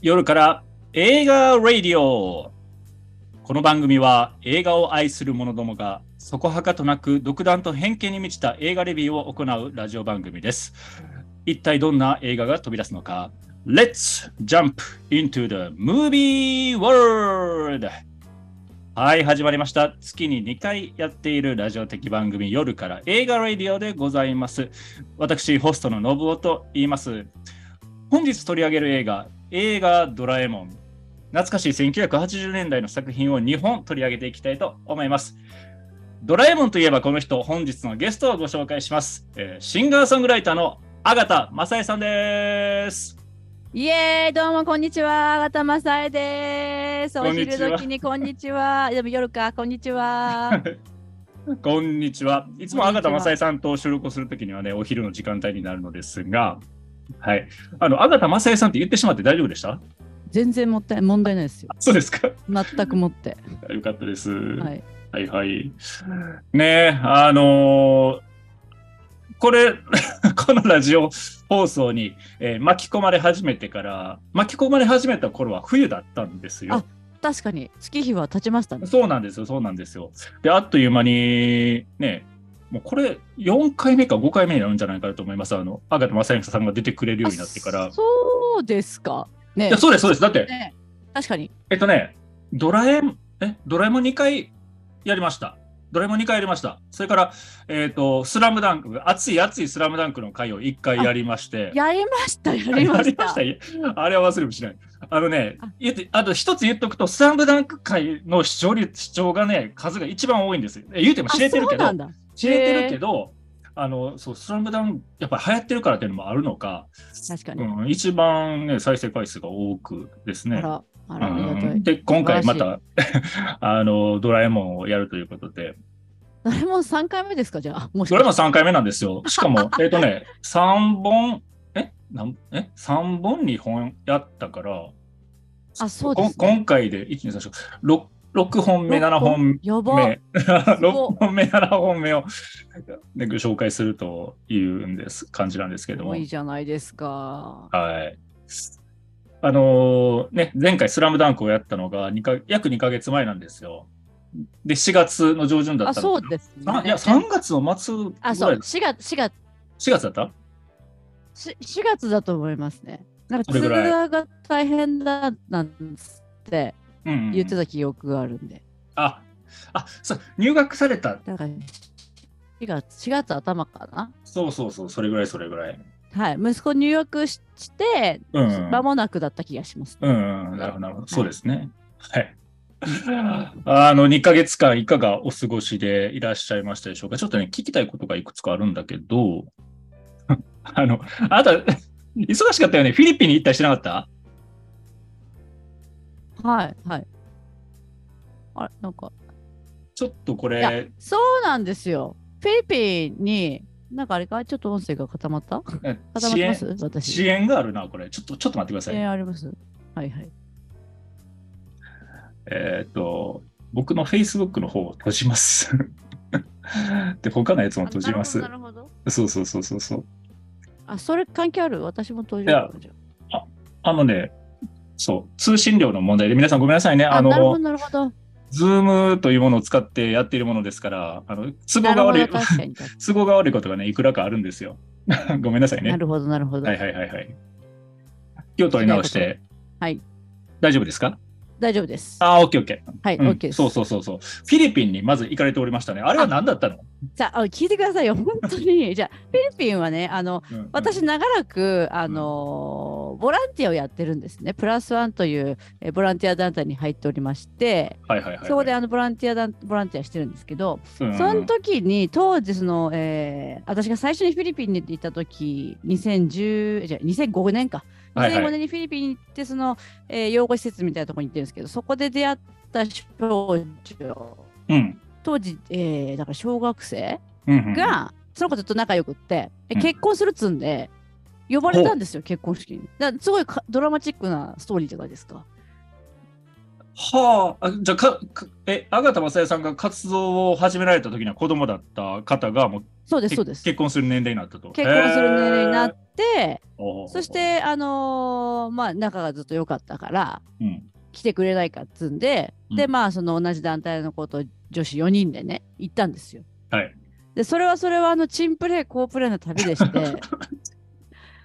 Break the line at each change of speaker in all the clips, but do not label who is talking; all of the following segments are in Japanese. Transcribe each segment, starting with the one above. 夜から映画ラディオこの番組は映画を愛する者どもがそこはかとなく独断と偏見に満ちた映画レビューを行うラジオ番組です一体どんな映画が飛び出すのか Let's jump into the movie world はい、始まりました。月に2回やっているラジオ的番組、夜から映画ラディオでございます。私、ホストの信夫と言います。本日取り上げる映画、映画ドラえもん。懐かしい1980年代の作品を2本取り上げていきたいと思います。ドラえもんといえばこの人、本日のゲストをご紹介します。えー、シンガーソングライターのあがたまさえさんです。
イエーイどうもこんにちは、あがたまさえです。お昼時にこんにち は。でも夜か、こんにちは。
こんにちは。いつもあがたまさえさんと収録をするときにはね、お昼の時間帯になるのですが、はい。あの、あがたまさえさんって言ってしまって大丈夫でした
全然もったい問題ないですよ。
そうですか。
全くもって。
よかったです。はい、はいはいねあのー、これ このラジオ放送に、えー、巻き込まれ始めてから巻き込まれ始めた頃は冬だったんですよ。
確かに月日は経ちましたね。
そうなんですよそうなんですよ。であっという間にねもうこれ4回目か5回目になるんじゃないかと思いますあのあがたまささんが出てくれるようになってから。
そうですか。
ね、いやそうですそうですだって、
ね、確かに
えっとねドラえもえドラえもん2回やりましたドラえもん2回やりましたそれからえっ、ー、とスラムダンク熱い熱いスラムダンクの回を1回やりまして
やりましたやりました
あれは忘れもしないあのねあと一つ言っとくとスラムダンク回の視聴率視聴がね数が一番多いんですよ言うても知れてるけど知れてるけどあのそうスラムダンやっぱり流行ってるからっていうのもあるのか、、
確かに、うん
一番、ね、再生回数が多くですね。
ああ
ら、うん、で今回また あのドラえもんをやるということで。
ドラえもん3回目ですかじゃあ
もしドラえもん3回目なんですよ。しか も、えっとね、3本、えなんえ ?3 本、2本やったから、
あそうです、ね、
今回で1、2、3、4、6、6本目、7本目、 本6本目、7本目を、ね、ご紹介するというんです感じなんですけども。
いいじゃないですか。
はい。あのー、ね、前回、スラムダンクをやったのが2か約2か月前なんですよ。で、4月の上旬だったん
そうです、ね、
いや、3月の末ぐ
あ、そう、4月、4月。
4月だった
し ?4 月だと思いますね。なんか、ツアーが大変だなんつって。うんうん、言ってた記憶があるんで。
ああそう入学された。
だから4月 ,4 月頭かな。
そうそうそう、それぐらいそれぐらい。
はい、息子入学して、うん、うん、間もなくだった気がします、
ね、うん、うん、なるほど、なるほど、そうですね。はい。あの2か月間、いかがお過ごしでいらっしゃいましたでしょうか。ちょっとね、聞きたいことがいくつかあるんだけど、 あの、あなた、忙しかったよね、フィリピンに行ったりしなかった
はいはい。あれなんか。
ちょっとこれ。
そうなんですよ。フィリピンに、なんかあれかちょっと音声が固まった固まってます
私。支援があるな、これ。ちょっと、ちょっと待ってください。
支援あります。はいはい。
えー、っと、僕の Facebook の方を閉じます。 で、他のやつも閉じます。
なるほど。
そうそうそうそうそう。
あ、それ関係ある私も閉じる
あ、あのね、そう、通信量の問題で、皆さんごめんなさいね。あの、ズームというものを使ってやっているものですから、あの、都合が悪い、 都合が悪いことがね、いくらかあるんですよ。 ごめんなさいね。
なるほど、なるほど。
はいはいはいはい。気を取り直して。
はい。
大丈夫ですか
大丈夫です。
ああ、オッケーオッケー。
はい、オッケー
そうそうそうそう。フィリピンにまず行かれておりましたね。あれは何だったの
じゃあ、聞いてくださいよ。 本当に。じゃあ、フィリピンはね、あの、うんうん、私、長らく、あのーうん、ボランティアをやってるんですね。プラスワンというえボランティア団体に入っておりまして、
はいはいはい、はい、
そこであのボランティア団、ボランティアしてるんですけど、うんうん、その時に、当時、その、えー、私が最初にフィリピンに行った時、2010、じゃ2005年か。2005年にフィリピンに行って、その、えー、養護施設みたいなところに行ってるんですけど、そこで出会った少女、
うん、
当時、えー、だから小学生が、うんうん、その子と仲良くって、うん、結婚するっつんで、呼ばれたんですよ、結婚式に。だすごいドラマチックなストーリーじゃないですか。
はあ、じゃあか、かえ、あがたまさやさんが活動を始められた時には子供だった方が、もう、
そうです、そうです。
結婚する年齢になったと。
結婚する年齢になって
おー
そし、てあのーまあ仲がずっと良かったから
うん、
来てくれないかっつんで、で
うん
まあその同じ団体の子と女子4人でね行ったんですよ。
はい
でそれはそれはあのチンプレー好プレーの旅でして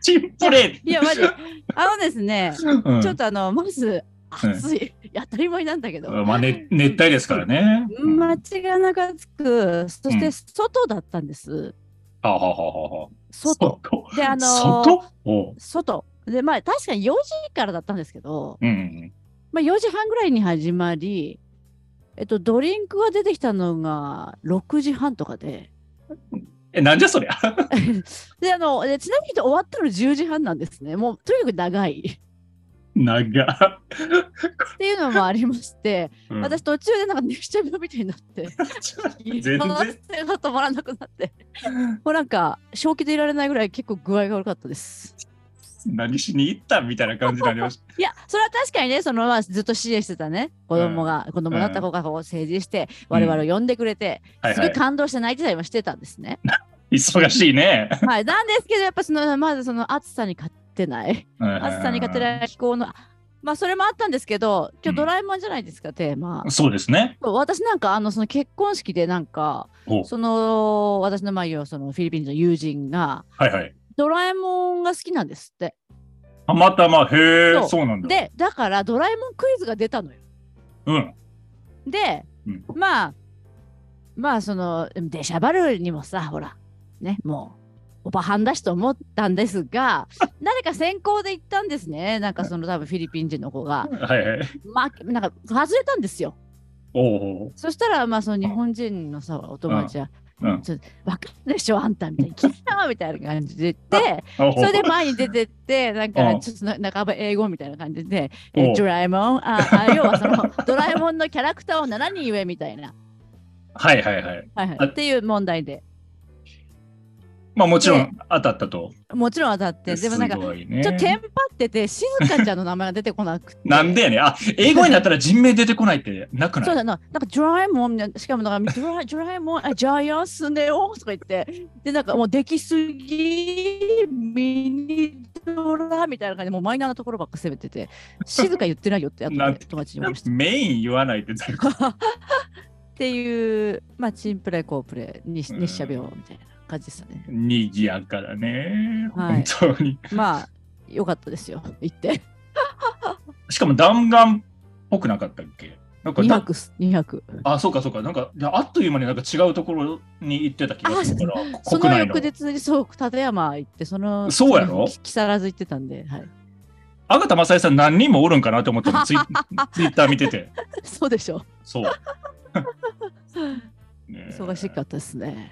チンプレー
いや マジあのですね
うん
ちょっとあのまず暑い、いや当たり前なんだけど、
まあ、ね、熱帯ですからね。
街が長くそし
う
て
ん
外だったんです、
はあはあはあはあ。
外であのー
外おう
外でまあ確かに4時からだったんですけど、
うんうん
まあ、4時半ぐらいに始まり、えっと、ドリンクが出てきたのが6時半とかで。
え、なんじゃそりゃ。
で、あの、でちなみに終わったの10時半なんですね。もう、とにかく長い。
長っ。
っていうのもありまして、
うん
私途中でなんか寝しちゃうみたいになって、
全
話
然
が止まらなくなって、もうなんか、正気でいられないぐらい結構具合が悪かったです。
何しに行ったみたいな感じになりました。
いや、それは確かにね、そのまあずっと支援してたね、子供が、子供だった子がこう成人して、我々を呼んでくれて、
はい
す
は
ご
い。
い感動して泣いてたりもしてたんですね。
忙しいね。
はい、なんですけど、やっぱその、まずその暑さに勝ってない。暑
暑
さに勝てない気候の、あまあそれもあったんですけど、今
うん
日ドラえもんじゃないですか、テーマ。
そうですね。
そう私なんか、あの、その結婚式でなんか
お、
その、私の前よ、そのフィリピン人の友人が、
はいはい。
ドラえもんが好きなんですって。
たまたま、へ
そ
え、
う
そうなんだ。
で、だからドラえもんクイズが出たのよ。
うん。
で、
うん
まあ、まあその、デシャバルにもさ、ほら、ね、もう。オパハンだしと思ったんです が、誰か先行で行ったんですね。なんかその多分フィリピン人の子が。
はいはい。
まあ、なんか外れたんですよ。
おう
そしたら、まあ、その日本人のさ、お友達は、
うんうん
ちょっと分かるでしょ、あんたみたいに、聞いたわみたいな感じで 言って、
おう。
それで前に出てって、なんか
う、ん
ちょっとな半ば英語みたいな感じで、
お
え
う
ドラえもん、ああ要はその、ドラえもんのキャラクターを7人上みたいな、
はいはいはい。
はいはい
あ
っていう問題で、
まあもちろん当たったと。
もちろん当たって、でもなんか、
す
ちょ
ごいね
っとテンパってて、静香ちゃんの名前が出てこなくて。
なんでやねんあ、英語になったら人名出てこないってなく
そ
ない
うだな、なんかドラえもんみたいな、しかもなんかドラ ドラえもん、あジャイアンスネオとか言って、で、なんかもうできすぎ、ミニドラみたいな感じで、もうマイナーなところばっか攻めてて、静か言ってないよって、あと
なん
で
て
友達に言 われまし
メイン言わないってどういうこと
た。っていう、まあ、チンプレー、コープレー、
う
に
ん
日射病みたいな感じでしたね。
にぎやかだね。
はい
本当に。
まあ、よかったですよ、行って。
しかも弾丸っぽくなかったっけなんか
2
だ
泊す、2泊。
あ、そうかそうか。なんかであっという間になんか違うところに行ってた気がするから、
そ
国
の
内の
翌。日に、そう、立山行って、その、
そうやろ
き木更津行ってたんで、はい。
あがたまささん何人もおるんかなと思ってツイツイッター見てて。
そうでしょ。
そう。ねえ
忙しかったですね。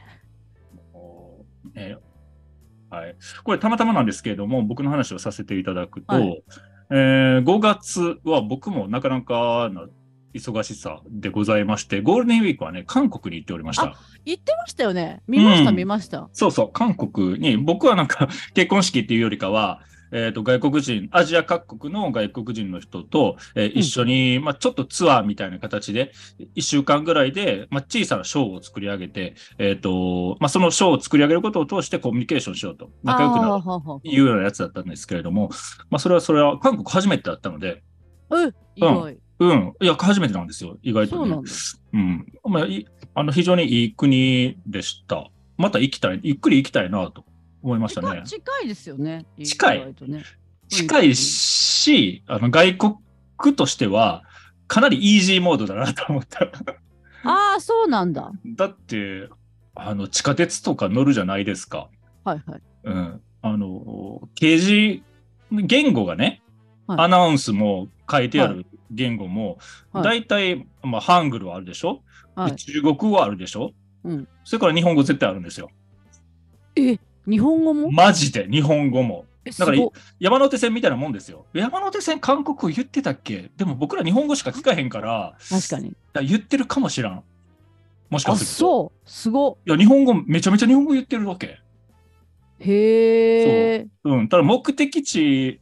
おーねはい、これたまたまなんですけれども僕の話をさせていただくと、
はい
えー5月は僕もなかなかな忙しさでございましてゴールデンウィークはね韓国に行っておりました
行ってましたよね。見ました、
うん
見ました。
そうそう韓国に僕はなんか 結婚式っていうよりかは、えー、と外国人アジア各国の外国人の人と、えー
うん
一緒に、まあ、ちょっとツアーみたいな形で1週間ぐらいで、まあ、小さなショーを作り上げて、えーとまあ、そのショーを作り上げることを通してコミュニケーションしようと仲良くなろう
あーほうほう
いうようなやつだったんですけれども、まあ、それはそれは韓国初めてだったので、
うん、意外。
うん、いや、初めてなんですよ、意外
そ
と、
うな
ね
ん。だ。
うん、まあ、いあの非常にいい国でした。また行きたい、ゆっくり行きたいなと思いました
近
ね
い。近いですよね。
近い
意外とね。
近いし、あの外国としては、かなりイージーモードだなと思った。
ああ、そうなんだ。
だって、あの地下鉄とか乗るじゃないですか。
はいはい。
うん、あの掲示言語がね、
はい
アナウンスも書いてあ
は
る言語も、
は
大
い
体、まあ、ハングルはあるでしょ、
はい
で中国語はあるでしょ、
うん
それから日本語絶対あるんですよ。
え、日本語も
マジで日本語も。
え、す
だから
ご
山手線みたいなもんですよ。山手線韓国語言ってたっけでも僕ら日本語しか聞かへんから、
確か
だ
に。
から言ってるかもしらん。もしか
あ、
すると。
そう。すご。
いや日本語めちゃめちゃ日本語言ってるわけ。
へえ。
うん、ただ目的地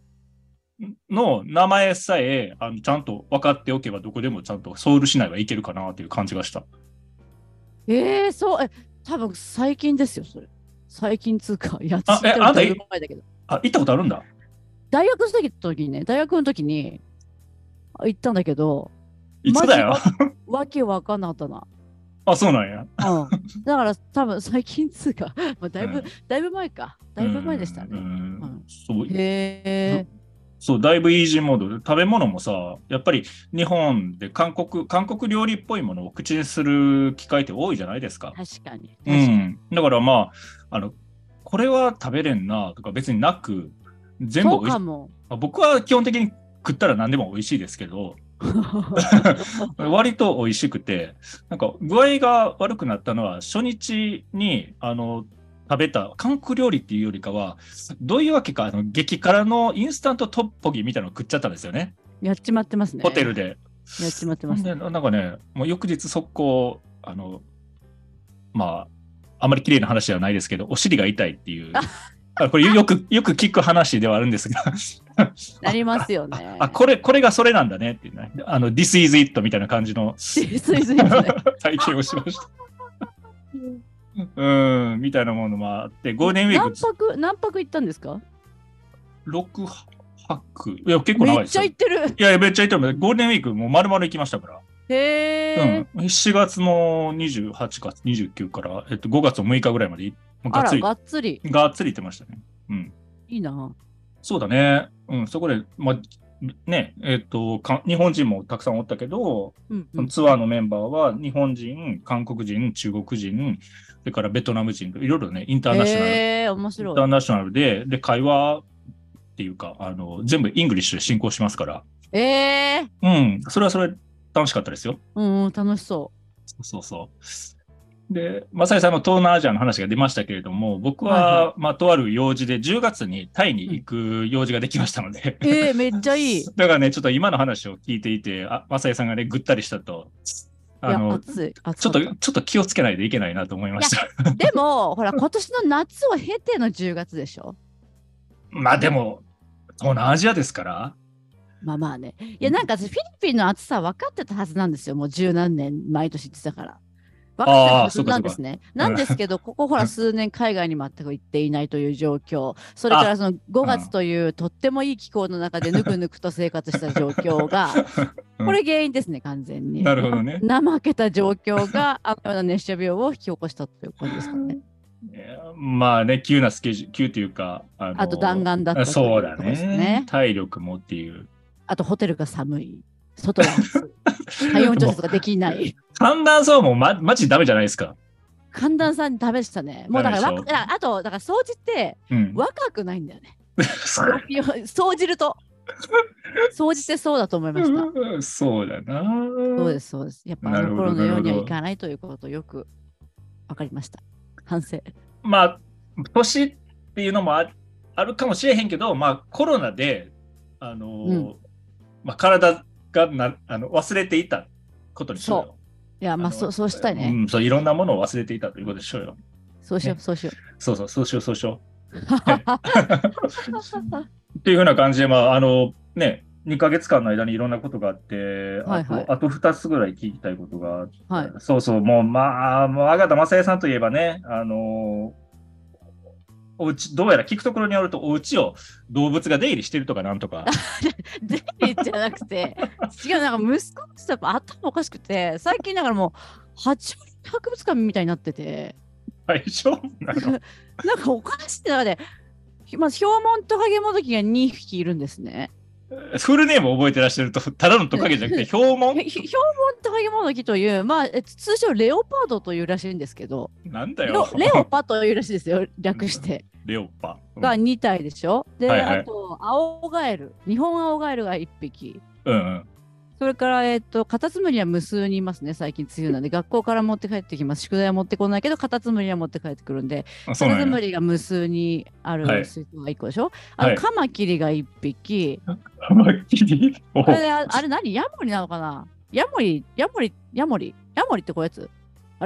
の名前さえあのちゃんと分かっておけばどこでもちゃんとソウル市内は行けるかなという感じがした。
ええ、そう。え、多分最近ですよ、それ。最近つうか、いや、
あ
つって
えあ
も
んた
だいぶ前だけど。
あ、行ったことあるんだ。
大学の時時にね、大学の時にあ行ったんだけど、
いつだよ
マ。わけわかんなかったな。
あ、そうなんや。
うん、だから多分最近っつうか、まあ、だいぶ、
うん
だいぶ前か。だいぶ前でした
うんう
ね。
んそう、
へえ。
そう、だいぶイージーモードで、食べ物もさ、やっぱり日本で韓国、韓国料理っぽいものを口にする機会って多いじゃないですか。
確かに。
う
確かに。
ん、だからまああのこれは食べれんなとか別になく全部
そう
美味し
か
い
も。
まあ僕は基本的に食ったら何でも美味しいですけど割と美味しくてなんか具合が悪くなったのは初日にあの食べた韓国料理っていうよりかはどういうわけかあの激辛のインスタントトッポギみたいなのを食っちゃったんですよね
やっちまってますね。
ホテル。で
やっちまってます
で
ね。
ななんかね、もう翌日速攻、あの、まあ、あまり綺麗な話ではないですけど、お尻が痛いって いう、あこれよく、よく聞く話ではあるんですが、
なりますよね。
あ、 これ、これがそれなんだねっていうね、あの、This is it みたいな感じの
れ。すいすいですね。
体験をしました。うん、みたいなものもあって、ゴールデンウィー
何
ク
泊、何泊行ったんですか
6泊、いや、結構長
め
い
っ
で
ち
す
ゃ
よ。
行
い
ってる。
やいや、めっちゃ痛い。ゴールデンウィーク、もう丸々行きましたから。
へえ。
うん、7月の28か29から、えっと、5月の6日ぐらいまでい、もうが
あ
っつ
ら、
り
が、っつり。
がっつり行ってましたね。うん。
いいな。
そうだね。うん、そこで、まあ、ね、えっとか、日本人もたくさんおったけど、
うん
そうの
ん。
ツアーのメンバーは日本人、韓国人、中国人、それからベトナム人といろいろね、インターナショナル、
へえ、面
イン
白
ター
い。
ナショナルで、で、会話っていうか、あの、全部イングリッシュで進行しますから、
ええ。
うん、それはそれ楽しかったですよ。
うんうん、楽しそ
そうそうそう。で、マサイさんの東南アジアの話が出ましたけれども、僕は、
はい
まあ、とある用事で10月にタイに行く用事ができましたので、
う。ええ、めっちゃいい。い
だからね、ちょっと今の話を聞いていて、あマサイさんがね、ぐったりしたと、あ
や、
の、
暑い。暑
ちょ
か
ったと、ちょっと気をつけないといけないなと思いました。
でも、ほら、今年の夏を経ての10月でしょ。
まあでも、東南アジアですから、
まあまあね。いや、なんか私、フィリピンの暑さ分かってたはずなんですよ。もう十何年、毎年言ってたから。分かってたはずなんですね。なんですけど、ここほら、数年海外に全く行っていないという状況。それから、その5月というとってもいい気候の中で、ぬくぬくと生活した状況が、
うん
これ原因ですね、完全に。
なるほどね。
怠けた状況が、あのような熱射病を引き起こしたということですかね。
いやまあね、急なスケジュール、急というか、あの
あと弾丸だったという
そうだ
ことです
ね
ね。
体力もっていう。
あと、ホテルが寒い。外が暑 い。体温調節ができない。
寒暖差はもうま、マジダメじゃないですか。
寒暖差にダメでしたね。もうだから
ダメ
若
でしょ
ああとだから掃除って
うん。
若くないんだよね。掃除 ると掃除ってそうだと思いました。
うんそうだな。
そうですそうです。やっぱあ
なる
の
ほど
頃のように
なる
は
ほど
いかないということをよくわかりました。反省。
まあ、年っていうのもああるかもしれへんけど、まあ、コロナで、あのー
うん
まあ、体がなあの忘れていたことにしようよ。
いやまあ
の
そうそうしたいね。
うん。そう、いろんなものを忘れていたということでしょうよ。
そうしよう
ね
そうしよ
そうそう、そうしよう、そうし よ
う。
う。っていうふうな感じで、まあ、あの、ね、2ヶ月間の間にいろんなことがあって、
はいはい
あとあと2つぐらい聞きたいことがあって
はい。
そうそう、もう、まあ、もう、あがたまささんといえばね、あのーおうち、どうやら聞くところによると、お家を動物が出入りしてるとかなんと か。
デイじゃなくて違うなんか息子の人やっぱ頭おかしくて最近だからもう八王子博物館みたいになってて。
大丈夫なの
なんかおかしいって中で、ひまず、ヒョウモントハゲモドキが2匹いるんですね。
フルネーム覚えてらっしゃると、ただのトカゲじゃなくて、ヒョウモ
ひ
ン
ひヒョウモントハゲモドキという、まあ、え通称レオパードというらしいんですけど、
なんだ
レ
よ
オ。レオパというらしいですよ、略して。
レオパ。うん
が2体でしょ。で、
はいはい
あと、青ガエル、日本青ガエルが1匹。
うんうん。
それから、えっと、カタツムリは無数にいますね、最近、梅雨なんで、学校から持って帰ってきます。宿題は持ってこないけど、カタツムリは持って帰ってくるんで、
あそう
カタ
な
ツ
ん
ム
や。
リが無数にある
はい
水槽が1個でしょ。
は
あ
い
と、カマキリが1匹。
まっきり。お
あれああれ何ヤモリなのかなヤモリ、ヤモリ、ヤモリ、ヤモリってこういうやつ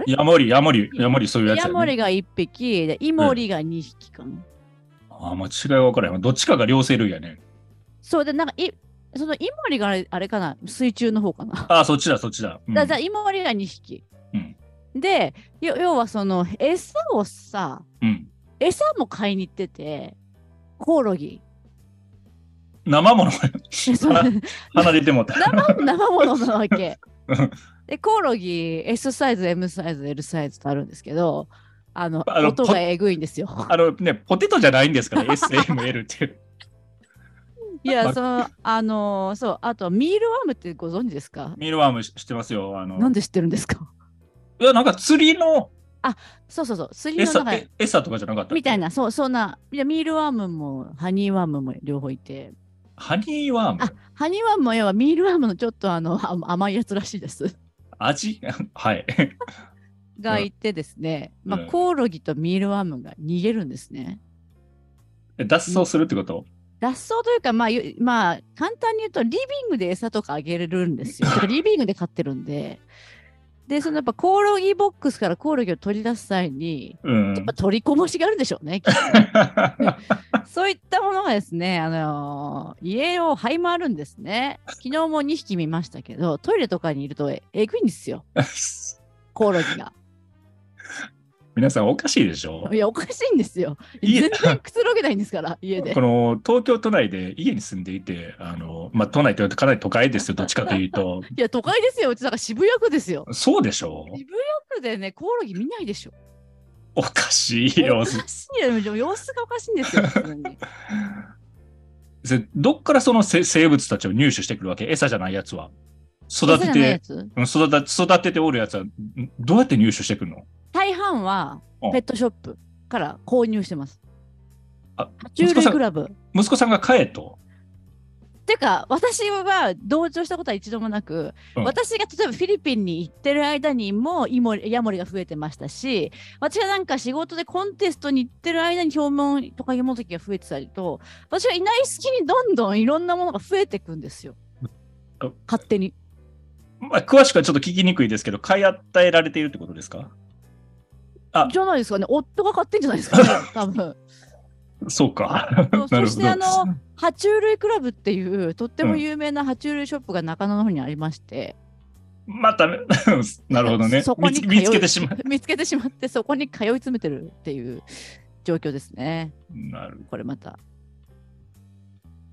ヤモリ、ヤモリ、ヤモリ、そういうやつ
ヤ
や、
モ
ね。
リが1匹で、イモリが2匹かな。
あ、間違い分からへんわ。どっちかが両生類やね。
そうで、なんかい、そのイモリがあれあれかな水中の方かな。
あ、そっちだ、そっちだ。うん
だだイモリが2匹。
うん
で、よ要はその餌をさ、
うん。
餌も買いに行ってて、コオロギ。
生もの
えそう
は離れてもうた。
生 生ものなわけ
うん。
でコオロギ S サイズ M サイズ L サイズとあるんですけどあの
あの
音がえぐいんですよ。
あのね、ポテトじゃないんですから、SML っていう。
い
ま
や
あ
そのあのそうあとミールワームってご存知ですか
ミールワーム知ってますよ。あの
なんで知ってるんですか
いやなんか釣りの
そうそうそうすりの
餌
中に
え餌とかじゃなかった
みたい。なそうそんないやミールワームもハニーワームも両方いて
ハニーワー
あ
ム
ハニーワームも要はミールワームのちょっとあのあ甘いやつらしいです。
味 はい。
がいてですね、
うん
まあ、
うん
コオロギとミールワームが逃げるんですね。
脱走するってこと
脱走というか、まあ、ゆまあ、簡単に言うと、リビングで餌とかあげれるんですよ。てかリビングで飼ってるんで。で、そのやっぱコオロギボックスからコオロギを取り出す際に、
うん
やっ。ぱ取りこぼしがあるでしょうね。きっと そういったものがですね、あのー家を這い回るんですね。昨日も2匹見ましたけど、トイレとかにいるとええぐいんですよ、コオロ ギが。
皆さんおかしいでしょ
いや、おかしいんですよ。
家
全然くつろげないんですから、家 で
こ。の東京都内で家に住んでいて、あのまあ、都内というとかなり都会 ですよ、どっちかというと。
いや、都会ですよ。うちなんか渋谷区ですよ。
そうでしょう
渋谷区でね、コオロギ見ないでしょ。
おかしいよ
お。かしいよ。でも様子がおかしいんですよ。普通に
せどっからそのせ生物たちを入手してくるわけ餌じゃないやつは。育て
餌じゃないや
て、
つ
うん育て育てておるやつは、んどうやって入手してくるの
大半は
うん
ペットショップから購入してます。
あ
爬虫
息子
類
さん
クラブ。
息子さんが買えと。
てか私は同調したことは一度もなく、
うん
私が例えばフィリピンに行ってる間にもイモリヤモリが増えてましたし私がなんか仕事でコンテストに行ってる間に表門とかモトキが増えてたりと私はいない隙にどんどんいろんなものが増えていくんですよ
あ
勝手に
まあ、詳しくはちょっと聞きにくいですけど、買い与えられているってことですかあ
じゃないですかね夫が勝手んじゃないで すかね多分
そうか。
そう
なるほど
そしてあの爬虫類クラブっていうとっても有名な爬虫類ショップが中野の方にありまして、
また、 なるほどね
そ。こ
見
に
つ
通い
見つけてしまう。
見つけてしまってそこに通い詰めてるっていう状況ですね
なる
これまた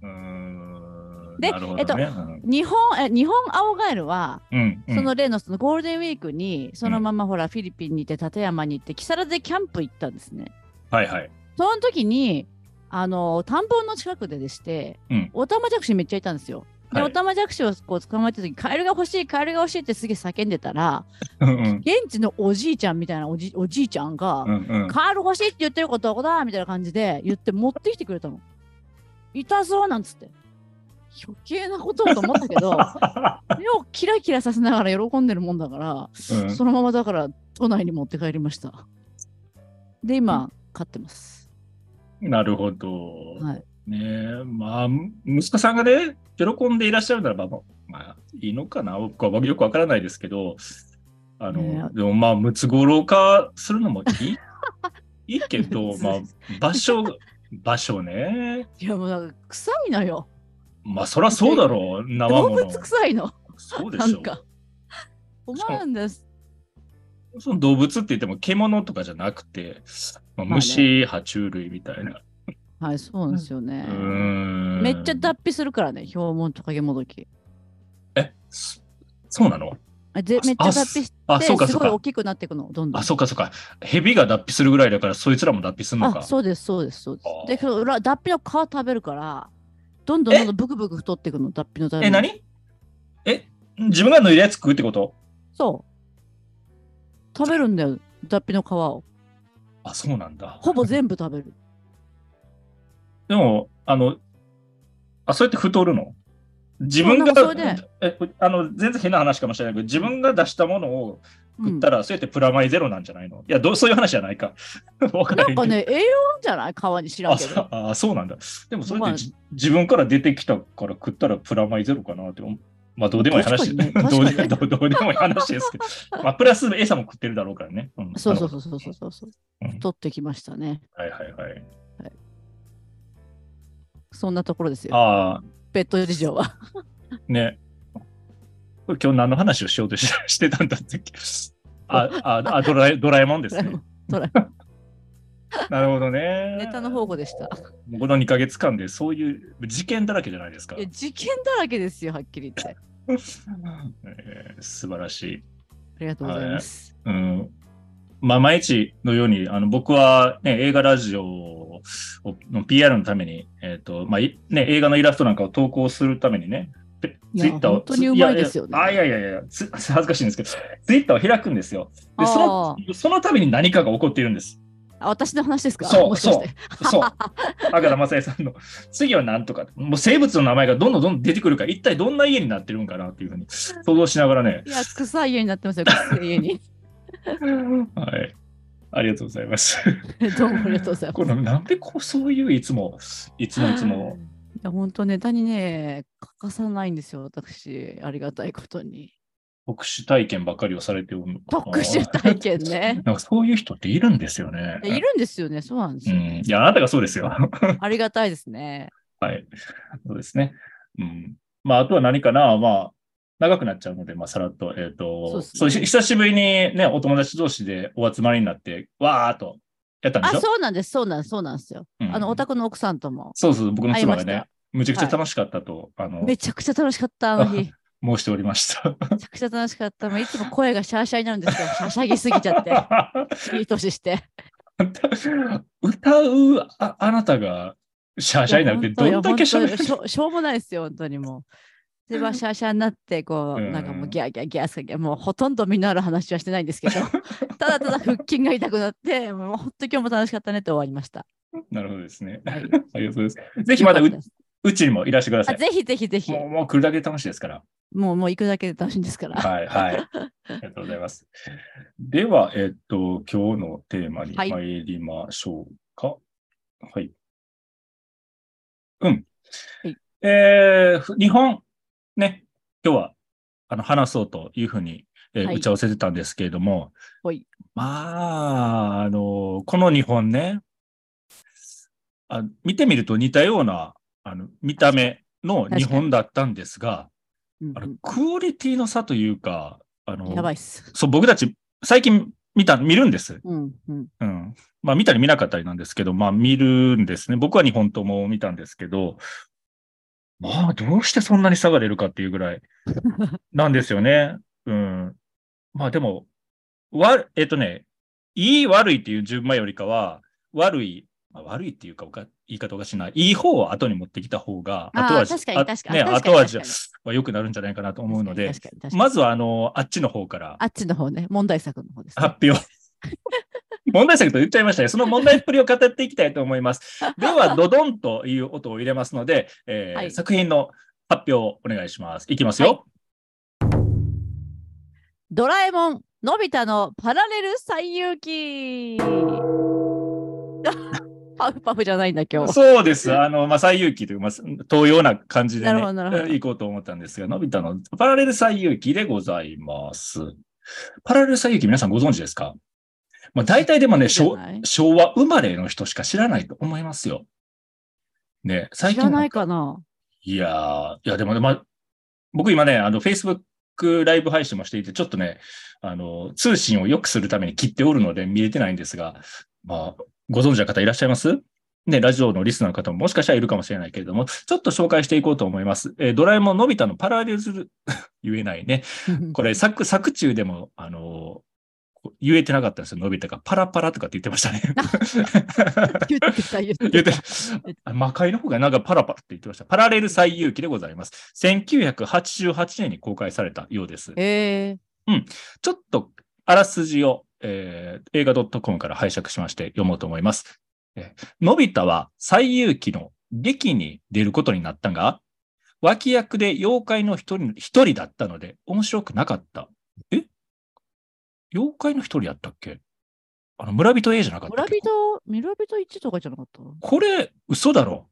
うーん
で
なるほどね。
日本え日本アオガエルは
うんうん
その例のそのゴールデンウィークにそのままほらフィリピンに行って立山に行って木更津でキャンプ行ったんですね
はいはい。
その時にあの田んぼの近くででして、
うん
オタマジャクシめっちゃいたんですよで、
はい
オタマジャクシをこう捕まえた時カエルが欲しいカエルが欲しいってすげえ叫んでたら
うんうん
現地のおじいちゃんみたいなおじおじいちゃんが、
うんうん
カール欲しいって言ってることはここだみたいな感じで言って持ってきてくれたの。いたぞなんつって。余計なことと思ったけ ど、目をキラキラさせながら喜んでるもんだから、
うん
そのままだから都内に持って帰りました。で、今、飼ってます。
なるほど。
はい
ねえまあ、息子さんがね、喜んでいらっしゃるならば、まあ、まあいいのかな、僕はよくわからないですけど、あの、
ねえ
でもまあ、ムツゴロウ化するのもい いいいけど、
そう
まあ、場所、場所ね。
いや、もうなんか臭いのよ。
まあ、そらそうだろう、生
動
も
物
の。
臭いの。
そうで
な
しょ
んか。困るんです。
う。その動物って言っても、獣とかじゃなくて、まあ、
まあね
虫、爬虫類みたいな。
はい、そうなんですよね
う。ーん
めっちゃ脱皮するからね、ヒョウモントカゲモドキ。
え、そそうなの
あぜ
あ
めっちゃ脱皮し
あ、そう
て、
か、
す
そう
ごい
か
大。きくなっていくの、どんどん
あ、。そうか、そうか。蛇が脱皮するぐらいだから、そいつらも脱皮するの
あ
か。
そうですそうですそうで
あー
す。でそのら脱皮の皮食べるからどんどんどんどんブクブク太っていくの脱皮のため
え、
に
何え、自分が脱いだやつ食うってこと
そう食べるんだよ脱皮の皮を
あ、そうなんだ。
ほぼ全部食べる
でも、あの、あ、そうやって太るの自分
そうな
が
んかそ、
え、あの、全然変な話かもしれないけど、自分が出したものを
う
食
ん
ったら、そうやってプラマイゼロなんじゃないのいやどう、そういう話じゃないか。 わから
なんかね栄養あるんじゃない皮に知ら
あ
んけ
そ
ど
うあそうなんだ。でもそれってじ自分から出てきたから食ったらプラマイゼロかなって思う。まあどうでもいい話、
確かに ね
どう
確
で
かに
どうどうでもいい話ですけど、まあプラス餌も食ってるだろうからね。ん
そうそうそうそうそうそうそう
うん
太ってきましたね
はいはいはい。
そんなところですよ
ああ、
ペット事情 は
ね。これ今日何の話をしようとし してたんだったっけあああドラえドラえもんですね。
ドラ
なるほどね。
ネタの宝庫でした。
この2ヶ月間でそういう事件だらけじゃないですか
い。や、事件だらけですよ、はっきり言って。あ
えー素晴らしい。
りがとうございます。
うんまあ、毎日のようにあの僕は、ね、映画ラジオをの PR のために、えーとまあいね、映画のイラストなんかを投稿するためにね、ツ
い
イ
や
ッターを
本当にうまいですよね
あいやいやいやつ恥ずかしいんですけど、ツイッターを開くんですよ。でそのその度に何かが起こっているん です。
あ、私の話ですか
そう
もしかして
そう。赤田正恵さんの次は何とか、もう生物の名前がどんどんどんどん出てくるから、一体どんな家になってるんかなっていうふうに想像しながらね、
いや、臭い家になってますよ、臭い家 に。
はい。ありがとうございます。
どうもありがとうござい
こ
ます。
れなんでこうそういういつもいつもいつも
いや、本当ネタにね、欠かさないんですよ、私。ありがたいことに。
特殊体験ばかりをされておるのかな。
特殊体験ね
なんかそういう人っているんですよね。
いやいるんですよね、そうなんです
う
よ。
ん、いやあなたがそうですよ。
ありがたいですね。
はい。そうですね。うん。まあ、あとは何かな、まあ、長くなっちゃうので、まあ、さらっと、えっ、
そう
と、
っすね
そう、ひ久しぶりにね、お友達同士でお集まりになって、わーっとやったんでし
あ、
ょ
そうなんです、そうなんです、そうなんですよ。
うん
あの、お宅の奥さんとも。
そうそう、僕の妻が
会いまし
ね
た、
むちゃくちゃ楽しかったと、あの、
めちゃくちゃ楽しかった、あの 日。
申しておりました。
めちゃくちゃ楽しかった。もういつも声がシャーシャーになるんですよ。シャしゃぎすぎ ちゃって。いい年して。
歌うああなたがシャーシャーになるって、
い
ど
や
んだけしゃべる
本当にしょ しょうもないですよ、本当にもう。で、まあ、シャーシャーになって、こう、なんかもうギャーギャーギャーギャー、もうほとんど身のある話はしてない んですけど、ただただ腹筋が痛くなって、もう本当今日も楽しかったねって終わりました。
なるほどですね。あ
はい
りがとうござい ます。 ぜひまた
よ
う
かったです
うちにもいらしてくださ
あ
い。
ぜひぜひぜひ、
もうもう来るだけで楽しいですから。
もうもう行くだけで楽しいんですから。
はいはい。ありがとうございます。では、えっと、今日のテーマに
はい
参りましょうか。はい。うん。
はい
えーふ日本、ね、今日はあの話そうというふうに、えー
はい
打ち合わせてたんですけれども、
ほい
まあ、あの、この日本ね、あ見てみると似たようなあの見た目の日本だったんですが、
うん
あの
うん
クオリティの差というか、あの
やばいっす。
そう僕たち最近見た見るんです、
うんうん。
うんまあ。見たり見なかったりなんですけど、まあ、見るんですね。僕は日本とも見たんですけど、まあどうしてそんなに差が出るかっていうぐらいなんですよね。うん、まあでも、わえっとね、いい悪いっていう順番よりかは、悪い、まあ、悪いっていうかおか、言い方おかしいな、いい方を後に持ってきた方が、
あー
後味、
確かに
あ
確かに
ね、
確かに
後味
確か
は良くなるんじゃないかなと思うので、
確かに確かに
まずはあの、あっちの方から
あっちの方ね、問題作の方です、ね
発。表。問題作と言っちゃいましたね。その問題っぷりを語っていきたいと思い ます。では、ドドンという音を入れますので、えー
はい
作品の発表をお願いします。いきますよ。
ドラえもん、のび太のパラレル最遊記。 パフパフじゃないんだ、今日。
そうです。あの、まあ、最遊記という、まあ、東洋な感じで
な
ね、
るほどなるほど
行こうと思ったんですが、のび太のパラレル最遊記でございます。パラレル最遊記、皆さんご存知ですかまあ、大体でもね、
知ら
昭
ない
昭和生まれの人しか知らないと思いますよ。ね、最
知
近
らないかない
やー、いや、でもね、まあ、僕今ね、あの、Facebook ライブ配信もしていて、ちょっとね、あの、通信を良くするために切っておるので見れてないんですが、まあ、ご存知の方いらっしゃいますね、ラジオのリスナーの方ももしかしたらいるかもしれないけれども、ちょっと紹介していこうと思います。えードラえもんのび太のパラレル、 言えないね。これ、作、作中でも、あのー言えてなかったんですよ、のび太が。パラパラとかって言ってましたね。
言ってた言って
言ったてあ魔界の方がなんかパラパラって言ってました。パラレル最遊記でございます。1988年に公開されたようです。
え
ちょっとあらすじを、えー映画 .com から拝借しまして読もうと思います。えーのび太は最遊記の劇に出ることになったが、脇役で妖怪の一人一人だったので面白くなかった。え妖怪の一人やったっけあの村人 A じゃなかっ
ー、
た
村
っけ
人、村人一とかじゃなかった
これ、嘘だろ。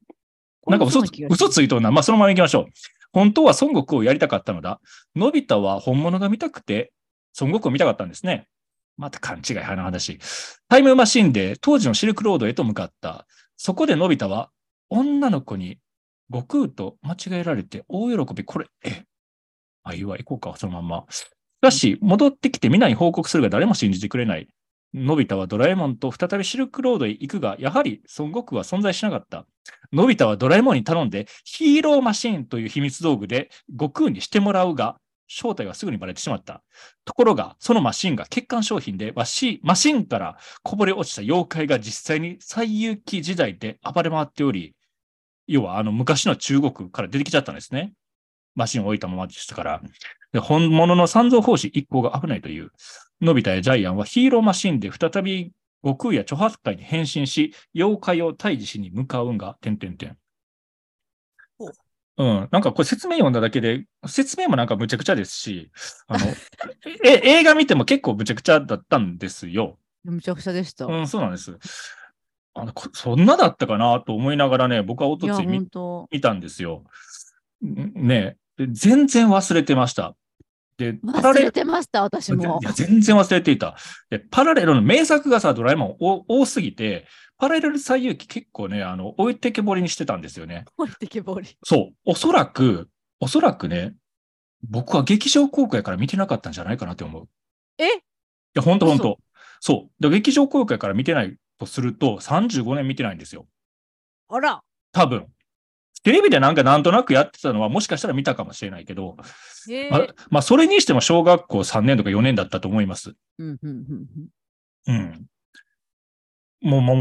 なんか嘘つ
これ嘘な気がする
嘘ついとるな。まあ、そのまま行きましょう。本当は孫悟空をやりたかったのだ。のび太は本物が見たくて、孫悟空を見たかったんですね。また勘違い派な話。タイムマシンで当時のシルクロードへと向かった。そこでのび太は、女の子に悟空と間違えられて大喜び。これ、えあ、いいわ、行こうか、そのまんま。しかし、戻ってきて皆に報告するが誰も信じてくれない。のび太はドラえもんと再びシルクロードへ行くが、やはり孫悟空は存在しなかった。のび太はドラえもんに頼んで、ヒーローマシーンという秘密道具で悟空にしてもらうが、正体はすぐにバレてしまった。ところが、そのマシンが欠陥商品で、わしマシンからこぼれ落ちた妖怪が実際に最有機時代で暴れ回っており、要はあの昔の中国から出てきちゃったんですね。マシンを置いたままでしたから。で本物の三蔵法師一行が危ないという。のび太やジャイアンはヒーローマシンで再び悟空や著発界に変身し、妖怪を退治しに向かうんが、点々点。
お
うん、なんかこれ説明読んだだけで、説明もなんかむちゃくちゃですし、 あの、え、映画見ても結構むちゃくちゃだったんですよ。
むちゃくちゃでした。
うん、そうなんです。あの、こそんなだったかなと思いながらね、僕はお
い
と
や、
つい見
本当。
見たんですよ。んねえで全然忘れてました。で、パラ
忘
レ
れてました、私 も
い。や、全然忘れていた。で、パラレルの名作がさ、ドラえもんお多すぎて、パラレル最遊記結構ね、あの、置いてけぼりにしてたんですよね。
置いてけぼり。
そう、おそらく、おそらくね、僕は劇場公開から見てなかったんじゃないかなって思う。い
え
や、ほんとほんと。そう。で劇場公開から見てないとすると、35年見てないんですよ。
あら、
多分。テレビでなんかなんとなくやってたのは、もしかしたら見たかもしれないけど、
へえ
まあまあ、それにしても小学校3年とか4年だったと思います。
うんうん
う
うん
ん。もう、もう、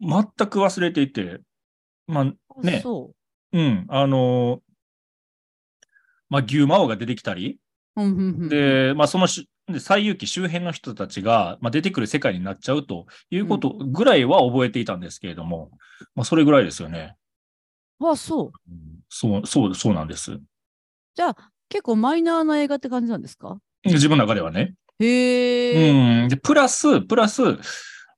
もう、全く忘れていて、まあ、
うん。
ね
そ
うん、あのーまあ、牛魔王が出てきたり、
う。うんうんうん、
で、まあ、そのし、で最遊記周辺の人たちが、まあ、出てくる世界になっちゃうということぐらいは覚えていたんですけれども、まあ、それぐらいですよね。
あ、そう。
うんそう、そう、そうなんです。
じゃあ、結構マイナーな映画って感じなんですか
自分の中ではね。
へえ。
うん。で、プラス、プラス、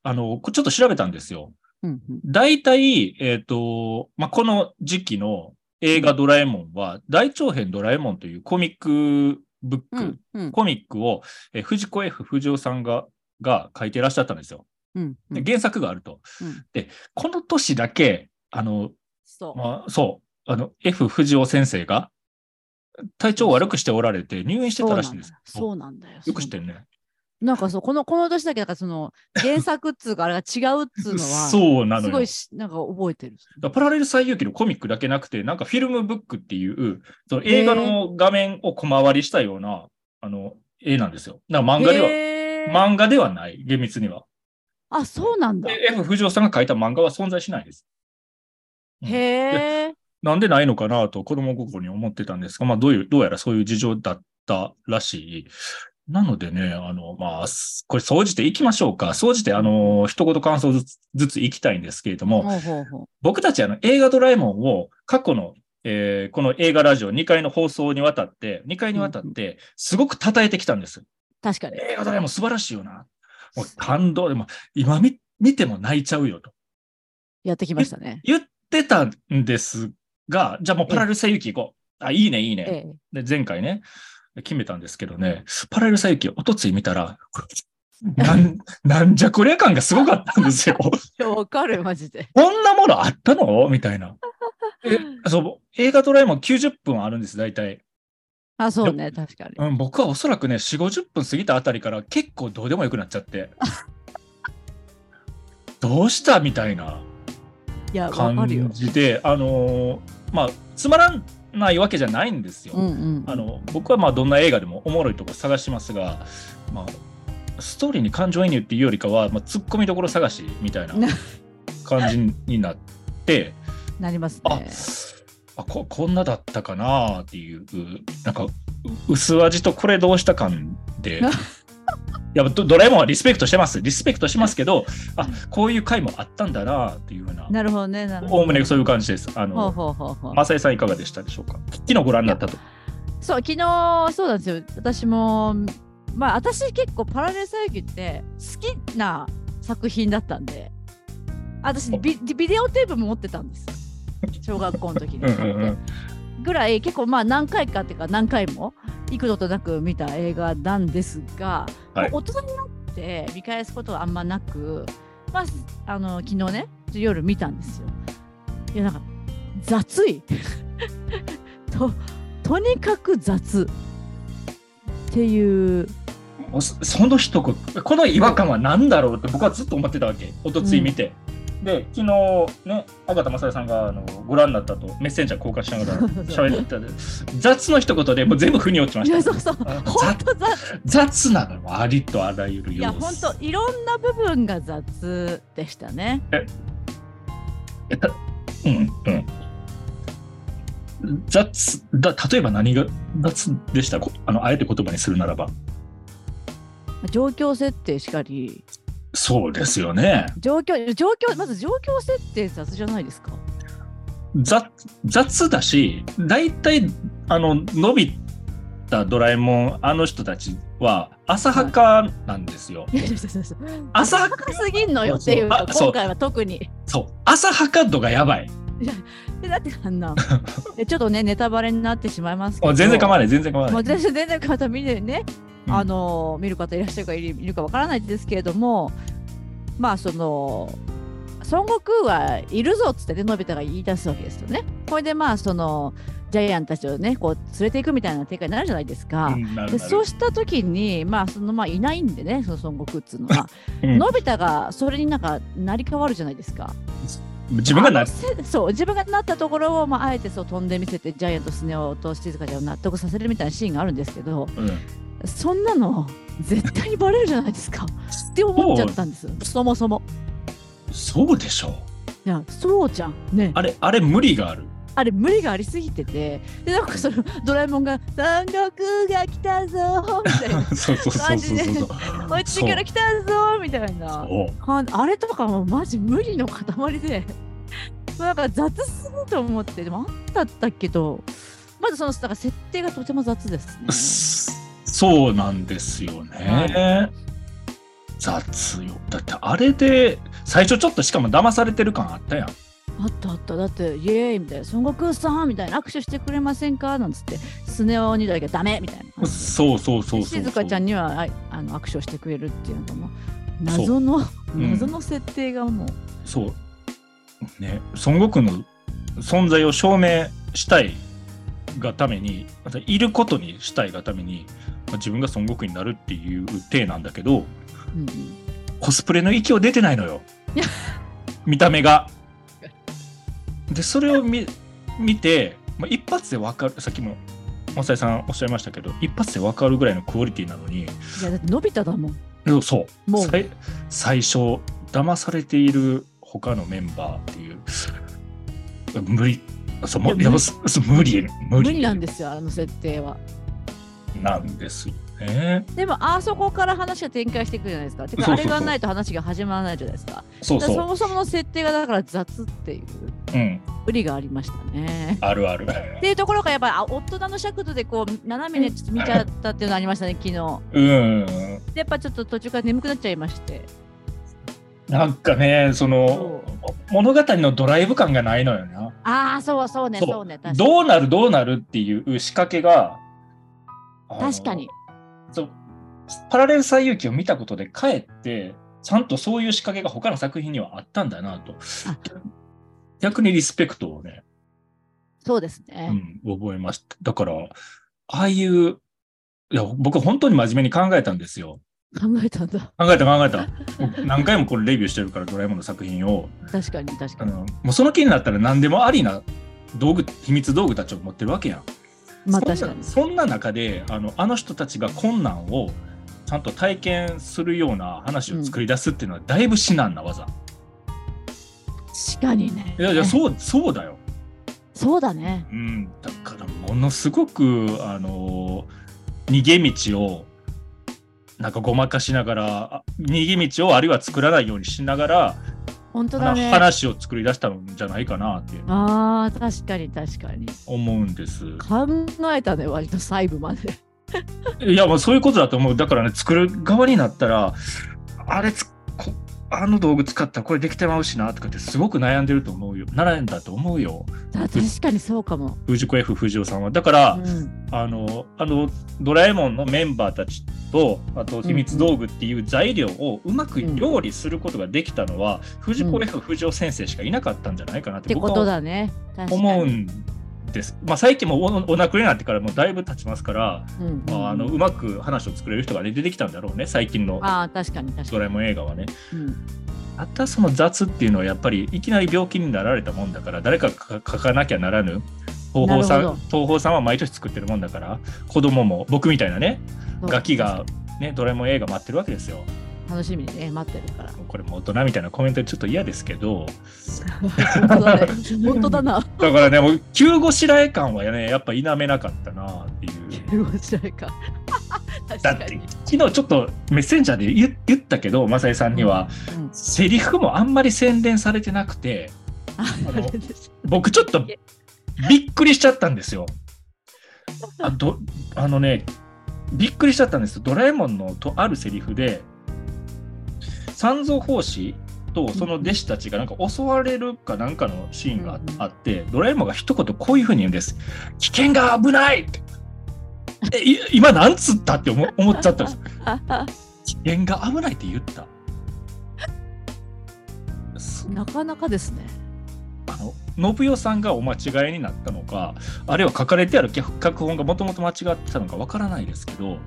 あの、こちょっと調べたんですよ。
うんうん
大体、えっ、と、まあ、この時期の映画ドラえもんは、大長編ドラえもんというコミックブック、
うんうん
コミックを、えー藤子 F 不二雄さんが、が書いていらっしゃったんですよ。
うんう
で
ん。
原作があると。
うん
この年だけ、あの、
そう。
まあ、そう、あの、F 不二雄先生が、体調を悪くしておられて入院してたらしいんです。
そううなんだよ。
よく知ってるね。
なんかそう、この、この年だけ、だからその、原作っつうか、あれが違うっつうのは、
そうなのよ。
すごいし、なんか覚えてる。
だからパラレル最有機のコミックだけなくて、なんかフィルムブックっていう、その映画の画面を小回りしたような、あの、絵なんですよ。だから漫画で
へー
は、漫画ではない、厳密には。
あ、そうなんだ。
で
へ
F 不二雄さんが描いた漫画は存在しないです。
え。
なんでないのかなと子供心に思ってたんですが、まあどういう、どうやらそういう事情だったらしい。なのでね、あの、まあ、すこれ、総じていきましょうか。総じて、あの、一言感想ずつ、ずついきたいんですけれども、
ほうほうほう。
僕たちあの映画ドラえもんを過去の、えーこの映画ラジオ2回の放送にわたって、2回にわたって、すごく称えてきたんです。
確かに。
映画ドラえもん素晴らしいよな。もう感動でも、今見見ても泣いちゃうよと
やってきましたね。
言ってたんですが、じゃあもうパラレル最有機行こう。あ、いいね、いいね。
ええ。
で、前回ね、決めたんですけどね、パラレル最有機、おとつい見たら、これなん、 なんじゃこりゃ感がすごかったんですよ。
いや、わかる、マジで。
こんなものあったのみたい な。えそう映画ドラえもん90分あるんです、大体。
あ、そうね、確かに。
うん、僕はおそらくね、4、50分過ぎたあたりから結構どうでもよくなっちゃって。 どうしたみたいない
や、わかる
感
よ。
じで、あのーまあ、つまらないわけじゃないんですよ。
うんうん。
あの僕はまあどんな映画でもおもろいとこ探しますが、まあ、ストーリーに感情移入っていうよりかは、まあ、ツッコミどころ探しみ たいな感じになって。
なります
あ
ね。
あここんなだったかなっていうなんかう薄味とこれどうした感 でいやドドラえもんはリスペクトしてますリスペクトしますけどあこういう回もあったんだなっていうふうな
なるほどね、なるほ
お
ど。
おむねそういう感じですあ
ほう
の
ほうほうほう。
マサイさんいかがでしたでしょうか昨日ご覧になったと
そう、昨日、そうなんですよ。私も、まあ、私結構パラレルサイキって好きな作品だったんで、私ビ、ビデオテープも持ってたんです。小学校の時に
うんうんうん
ぐらい結構まあ何回かっていうか何回も幾度となく見た映画なんですが、
はい
もう大人になって見返すことはあんまなく、まあ、あの昨日ね夜見たんですよ。いやなんか雑い ととにかく雑っていう
もうそその一言この違和感は何だろうって僕はずっと思ってたわけおとつい見て、で昨日ね赤田雅也さんがあのご覧になったとメッセンジャー交換しな がら喋ってたで雑の一言でもう全部腑に落ちま
いや
し
そ
た
うそう
あ
本当雑
雑なのよありとあらゆる
い
要
や
素
本当いろんな部分が雑でしたね
えたうんうん雑だ例えば何が雑でしたこあのあえて言葉にするならば
状況設定しかり
そうですよね
状況状況まず状況設定雑じゃないですか
雑雑だし大体あの伸びたドラえもんあの人たちは浅はかなんですよ、
いやそうそうそう
浅はか
高すぎんのよっていう
あ
の
そう
今回は特に
そう浅はか度がやばい
でだってあんなでちょっとねネタバレになってしまいますけ
あ
ど
全然構わない全然構わ
も
な
う
い
私全然方見るね、
うん
あの見る方いらっしゃるかいるいるかわからないですけれどもまあその孫悟空はいるぞっつってねのび太が言い出すわけですよね。これでまあそのジャイアンたちをねこう連れていくみたいな展開になるじゃないですか。
うんなる
で
なる
そうした時にまあそのまあいないんでねその孫悟空っつうの は、
うん
のび太がそれになんかなり変わるじゃないですか。
自分がな
あのせそう自分がなったところを、まあ、あえてそう飛んでみせてジャイアントスネ夫と静香ちゃんを納得させるみたいなシーンがあるんですけど
うん
そんなの絶対にバレるじゃないですか って思っちゃったんですそもそも
そうでしょう
いやそうじゃんねあ
あれあれ無理が ある。
れ無理がありすぎててでなんかそのドラえもんが「三国が来たぞ」みたいな
そうそうそうそうそう
マジで
そう
こっちから来たぞみたいな
そう
かんあれとかもマジ無理の塊で なんか雑すぎと思ってでもあったったけどまずそのなんか設定がとても雑ですね。
そうなんですよね。雑よ。だってあれで最初ちょっとしかも騙されてる感あったやん。
あったあっただってイエーイみたいな「孫悟空さん」みたいな「握手してくれませんか?」なんつってスネ夫にだけ「ダメ!」みたいな感じで。
そうそうそうそうそう。
静香ちゃんにはああの握手をしてくれるっていうのも謎の、
うん
謎の設定がもう
そう。ね、孫悟空の存在を証明したいがために、またいることにしたいがために、まあ自分が孫悟空になるっていう体なんだけど、
うんうん、
コスプレの域を出てないの よ
いや
見た目がでそれを見見て、まあ、一発で分かるさっきもマサイさんおっしゃいましたけど一発で分かるぐらいのクオリティなのに
いやだってのび太だもん
でそう
もう
さい最初騙されている他のメンバーっていう無理そうもう
い
い
や
やもうすす無理無
無
理
理なんですよあの設定は。
なんですよね
でもあそこから話が展開していくじゃないですか。て
そ
か
うそ
あ
う
れ
そう
がないと話が始まらないじゃないですか。
そう
だから
そ
そもそもの設定がだから雑っていう
ううん
無理がありましたね。
あるある
っていうところがやっぱりあ大人の尺度でこう斜めにちょっと見ちゃったっていうのありましたね昨日。で
うん
やっぱちょっと途中から眠くなっちゃいまして。
なんかねその物語のドライブ感がないのよな。
ああそうそうね
そう
そうね確かに。
どうなるどうなるっていう仕掛けがあの
確かに
そうパラレル最遊記を見たことでかえってちゃんとそういう仕掛けが他の作品にはあったんだなと
あ
逆にリスペクトをね、
そうです
う
ね。
ん、覚えましただからああいういや僕本当に真面目に考えたんですよ
考えたんだ。
考えた考え た僕何回もこれレビューしてるからドラえもんの作品を
確かに確か
あ
に。
のもうその気になったら何でもありな道具秘密道具たちを持ってるわけやん。
ま
そんな
あ確かに。
そんな中であのあの人たちが困難をちゃんと体験するような話を作り出すっていうのはだいぶ至難な技。
確かにね。
いやいやそうそうだよ。
そうだね。
うん、だからものすごくあの逃げ道をなんかごまかしながらあ逃げ道をあるいは作らないようにしながら、
本当だ
な
ね。
話を作り出したんじゃないかなって
ああ確かに確かに。
思うんです。
考えたね割と細部まで。
いや、まあ、そういうことだと思う。だからね、作る側になったら、あれつこ、あの道具使ったらこれできてまうしなとかってすごく悩んでると思うよ。悩んだと思うよ。
あ確かにそうかも。
藤子 F 不二雄さんは。だから、
うん
あの、あの、ドラえもんのメンバーたちと、あと秘密道具っていう材料をうまく料理することができたのは、藤子 F 不二雄先生しかいなかったんじゃないかなっ
ってて
僕
こと
は
だね。確かに
思うんて、まあ、最近もおお亡くなりになってからもうだいぶ経ちますから、
うん
まあ、あのうまく話を作れる人が、ね、出てきたんだろうね最近の
ああ確かに確か
ドラえもん映画はね。
に、うん
またその雑っていうのはやっぱりいきなり病気になられたもんだから誰かが書か書かなきゃならぬ東宝さ
なる
ん
ほど
東宝さんは毎年作ってるもんだから子供も僕みたいなね
そう
ガキが、ね、ドラえもん映画待ってるわけですよ。
楽しみにね待ってる から
これも大人みたいなコメントちょっと嫌ですけど
本当だね本当だな
だからねもう急ごしらえ感はねやっぱ否めなかったな っていう。
面白いか 確
だ
か
って
に
昨日ちょっとメッセンジャーで言言ったけどマサイさんには、
うん
セリフもあんまり宣伝されてなくて
あ
あ
あ
の
れです
僕ちょっとびっくりしちゃったんです よ。あどあのねびっくりしちゃったんですドラえもんのとあるセリフで三蔵法師とその弟子たちがなんか襲われるかなんかのシーンがあ
うんうん
あって、ドラえもんが一言こういうふうに言うんです「危険が危ない!」って 「えい今なんつった?」って思思っちゃった んです危険が危ないって言ったそ
なかなかですね
あの信代さんがお間違いになったのかあるいは書かれてある脚脚本がもともと間違ってたのかわからないですけどい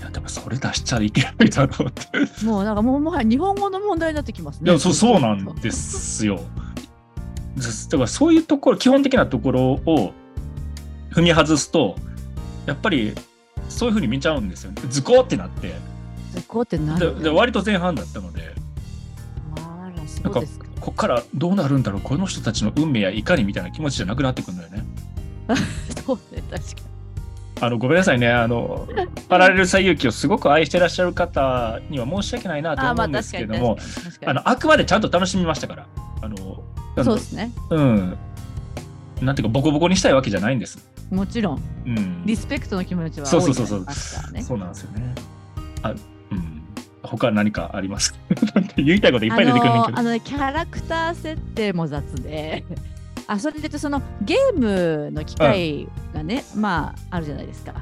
やでもそれ出しちゃいけないだろうって
もうなんかもうもはや日本語の問題になってきますね
いやそうそうなんですよですだからそういうところ基本的なところを踏み外すとやっぱりそういうふうに見ちゃうんですよねズコーってなって
こうってな
で
る
で割と前半だったので。
あら
なん
そ
か
うですか
ここからどうなるんだろうこの人たちの運命やいかにみたいな気持ちじゃなくなってくるんだよね。
そうね確か
あのごめんなさいねあ のパラレル最遊記をすごく愛してらっしゃる方には申し訳ないな
に
と
あ
思
まあ
うんで
確
す
か
け
に
ど
確
も
かに確か
あ
に
のあくまでちゃんと楽しみましたからあのあの
そうですね
うんなんていうかボコボコにしたいわけじゃないんです。
もちろん
うん、
リスペクトの気持ちは
そう
多
そう
い
そ
と
うそ
思いうますからね
そうなんですよね。あうん他何かあります なんて言いたいこといっぱい出てくるねんだ
あ
け
の
ど。
あのねキャラクター設定も雑で あそれで言うとそのゲームの機械がね、まああるじゃないですか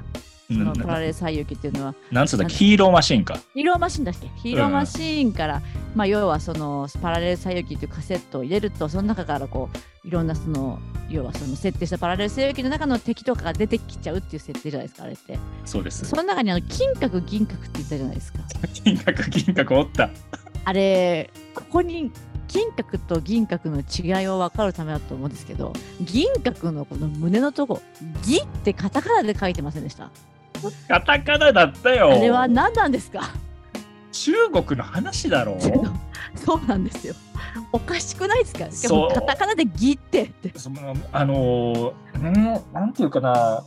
う
そ
ん
のパラレル最遊記っていうのは
なんつうんだヒーローマシンか。
ヒーローマシンだっけヒーローマシーンから、まあ要はそのパラレル最遊記というカセットを入れるとその中からこういろんなその要はその設定したパラレル最遊記の中の敵とかが出てきちゃうっていう設定じゃないですかあれって
そうです
そ。の中にあの金閣銀閣って言ったじゃないですか
金閣金閣おった。
あれここに金閣と銀閣の違いを分かるためだと思うんですけど銀閣のこの胸のとこ「銀」ってカタカナで書いてませんでした
カタカナだった
あ
よ。
れは何なんですか
中国の話だろ
そうなんですよおかしくないですかしか
そ
も
う
カタカナで「銀」ってって
そのあのねなんていうかな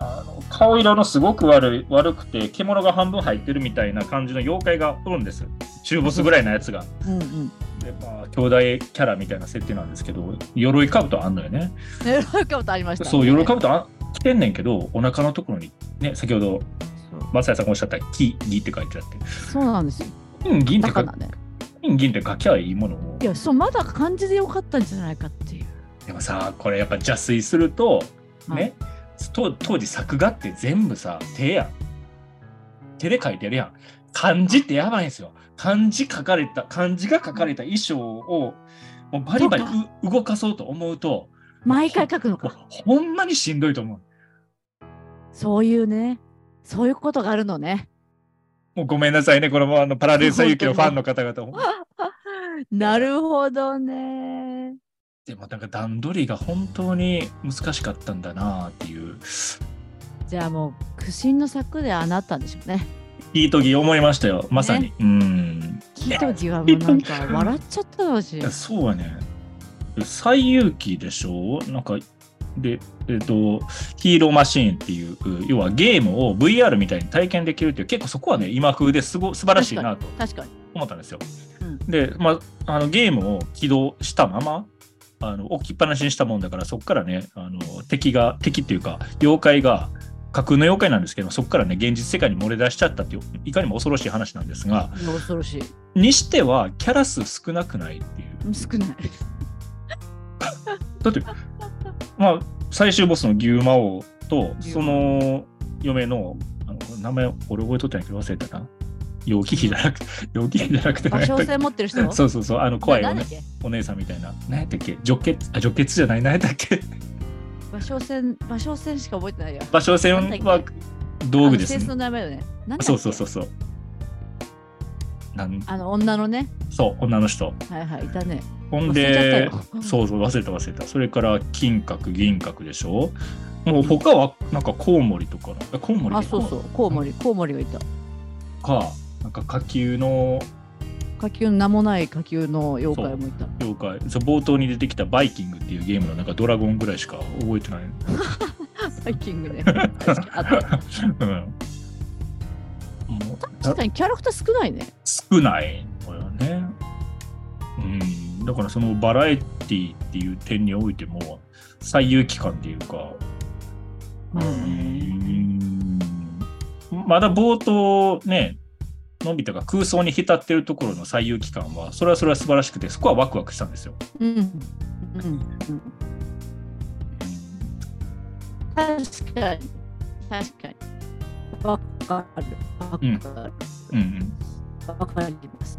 あの顔色のすごく悪い悪くて獣が半分入ってるみたいな感じの妖怪がおるんです中ボスぐらいのやつが
うんうん
で、まあ、兄弟キャラみたいな設定なんですけど鎧兜あんのよね
喜ぶことありました
そう鎧兜あ着てんねんけどお腹のところにね先ほど
そう
松井さんがおっしゃった「金銀」って書いてあって
そうなんですよ
「金銀」って
だか
書
らね
金銀って書きゃいいものを
いやそうまだ漢字でよかったんじゃないかっていう
でもさこれやっぱ邪推すると
は
ね
い、
当当時作画って全部さ手やん手で書いてるやん漢字ってやばいんですよ漢字書かれた漢字が書かれた衣装をもうバリバリう
そ
動かそうと思うと
毎回書くの
もう
か
ほんまにしんどいと思う
そういうねそういうことがあるのね
もうごめんなさいねこれもあのパラレル最遊記のファンの方 々も
なるほどね。
でもなんか段取りが本当に難しかったんだなっていう
じゃあもう苦心の策でああなったんでしょうね。
いい時思いましたよまさに、うん
キトギはもうなんか笑っちゃっただし
いや。そうやね。最有機でしょなんか、で、えっ、と、ヒーローマシーンっていう、要はゲームを VR みたいに体験できるっていう、結構そこはね、今風ですご素晴らしいなと
確かに。
思ったんですよ。
うん
で、まあ、あのゲームを起動したまま、あの置きっぱなしにしたもんだから、そこからね、あの敵が、敵っていうか、妖怪が、架空の妖怪なんですけど、そこからね、現実世界に漏れ出しちゃったっていう、いかにも恐ろしい話なんですが、
恐ろしい。
にしては、キャラ数少なくないって いう。
少ない。
だって、まあ、最終ボスの牛魔王と、
牛
そ
魔王
の嫁の、あの名前、俺覚えとったんやけど忘れたな。陽気比じゃなくて、陽気比じゃなくて、
場所
何やったっ
性持ってる人
け そうそうそう、あの怖いお,、
な
ね
んだっけ
お姉さんみたいな。何やったっけ女血、あ、女血じゃない、何やったっけ
馬掌戦、馬掌戦しか覚えてないよ。
場所線は道具です
あ
ね
の扇子の。名前だよね。なんだっけ
そうそうそうそう。なん
あの女のね、
そう、女の人。
はいはい、いたね。
ほんで、そうそう、忘れた忘れた。それから金閣、銀閣でしょ。もう他はなんかコウモリとかな。あコウモリ
あ、そうそう、コウモリ、コウモリがいた。
か、なんか火球の
火球の名もない火球の妖怪もいた。
妖怪、そう冒頭に出てきたバイキングっていうゲームのなんかドラゴンぐらいしか覚えてない。
ハイキング ね。確かにあった
うん。もう
確かにキャラクター少ないね。
少ないのよね。うん、だからそのバラエティっていう点においても最有期間っていうか、
まあ
う
ね。
んまだ冒頭ねのび太が空想に浸ってるところの最有期間はそれはそれは素晴らしくてそこはワクワクしたんですよ。
うん。うん。確かに。確かに。わかる。わか
う
る。
んうん、
わかります。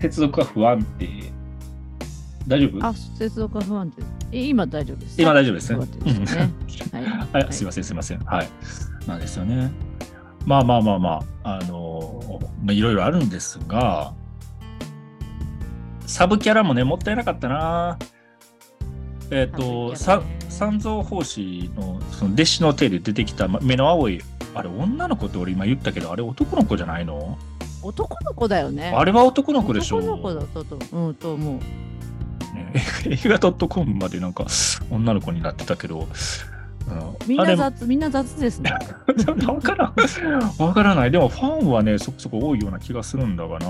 接続は不安定大丈夫
あ、接続が不安定。え今大丈夫です。
今大丈夫ですね
不安定ですね。はい。
はい
は
すいません、すいません。はい。なんですよね。まあまあまあまあ、あのーまあ、いろいろあるんですが、サブキャラもね、もったいなかったな。えっ、と、
サ
さ
ブキャラね
三蔵法師のその弟子の手で出てきたま目の青い、あれ、女の子って俺今言ったけど、あれ男の子じゃないの
男の子だよね。
あれは男の子でしょ
男の子だったと、うん、と思う。
ね 映画 .com までなんか女の子になってたけど、うん
みん
あれ
な
も
雑、みんな雑で すね。
わからん。わからない。でもファンはね、そこそこ多いような気がするんだがな。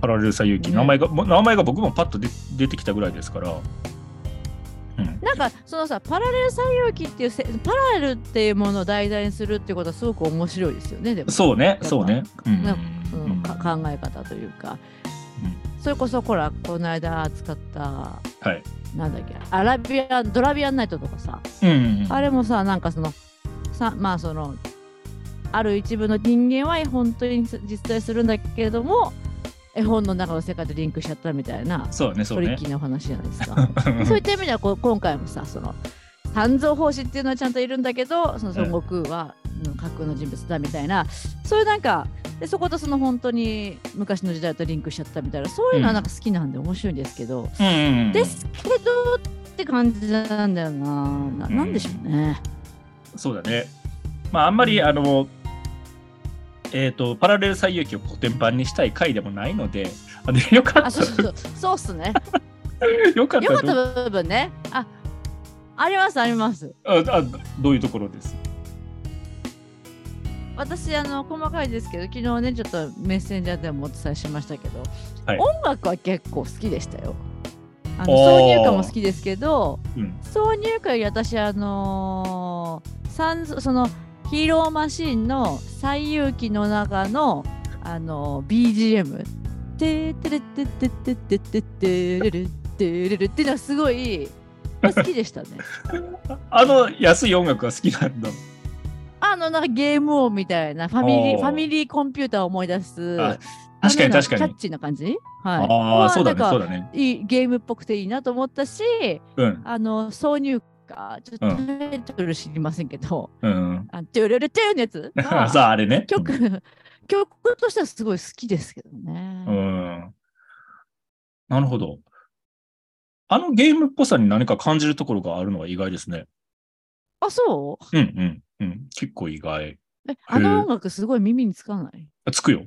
パラレルサユキ、
ね
名前が、も名前が僕もパッと出出てきたぐらいですから。うん。
なんかそのさパラレル採用機っていうせパラレルっていうものを題材にするってことはすごく面白いですよねでも
そうね、そうね。うん。
なん
う
うん
ん
か考え方というか、
う
それこそほらこの間使った
はい。
なんだっけアラビアンドラビアンナイトとかさ、
うんうんうん。
あれもさなんかそのさまあそのある一部の人間は本当に実在するんだけれども絵本の中の世界とリンクしちゃったみたいな
そうね、そう
トリッ
ね
キ。ーなお話じゃないですか。そういった意味ではこう今回もさその三蔵法師っていうのはちゃんといるんだけどその孫悟空は、うん架空の人物だみたいなそういうなんかでそことその本当に昔の時代とリンクしちゃったみたいなそういうの
う
は
ん
なんか好きなんで面白いんですけど、
うんうんうん
ですけどって感じなんだよなな
うん
なんでしょうね。
そうだね。まあ、あんまり、あの、えっ、と、パラレル採用機をコテンパンにしたい回でもないので、あのよか
あ
っ
そうそうそ
た、
うそうっす ね。
よかっ
良かった
と
た部分ね。あありますあります。
ああ、どういうところです
私あの細かいですけど昨日ねちょっとメッセンジャーでもお伝えしましたけど、
はい
音楽は結構好きでしたよ。あの
おー
挿入歌も好きですけど
うん。
挿入歌より私あのーサンズそのヒーローマシンの最有機の中のあのー BGM。てーてれてってってってってってれるてれるっていうのはすごいまあ好きでしたね。
あの安い音楽が好きなんだ。
あのなんかゲーム王みたいなファミ
お
リー
ー
ファミリーコンピューターを思い出す
あ確かに
あの
確か
キャ
に
ッ。チーな感じはい。
ああ、そうだね、
まあ
そう
なんか
だね。
いいゲームっぽくていいなと思ったし、
うん、
あの、挿入歌、ちょっと
う
タイトル知りませんけど、
うん。
あのトゥルルトゥーのやつ が
さあ、あれね。
曲、曲としてはすごい好きですけどね。
うん。なるほど。あのゲームっぽさに何か感じるところがあるのは意外ですね。
あ、そ
うんうんうん。結構意外。
うえ、あの音楽すごい耳につかない
つくよ。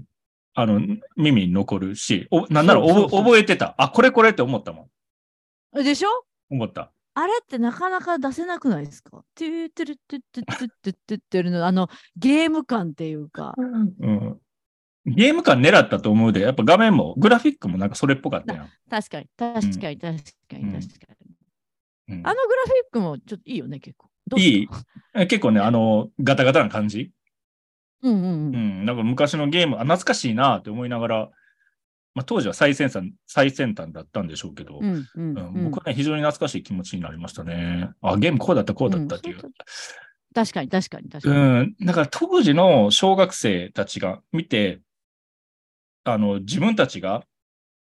あの、耳に残るし、おなんならおぼ
そうそうそう
覚えてた。あ、これこれって思ったもん。
えでしょ
思った。
あれってなかなか出せなくないですかトゥートゥルトゥトゥトゥトゥトゥトゥルのあのゲーム感っていうか。
うん。ゲーム感狙ったと思うで、やっぱ画面も、グラフィックもなんかそれっぽかったやん。
確かに、確かに、確
う
か
ん
に、確かに。
うん
あのグラフィックもちょっといいよね、結構。どう
いい
ですか
え結構ね、あの、ガタガタな感じ。
うんうん
う
うん。
ん、なんか昔のゲーム、あ、懐かしいなって思いながら、まあ、当時は最先端、最先端だったんでしょうけど、
うんうん
うん
うん
僕はね、非常に懐かしい気持ちになりましたね。あ、ゲームこうだった、こうだったっていう
うん。確かに確かに確
う
かに。
ん、だから当時の小学生たちが見て、あの自分たちが、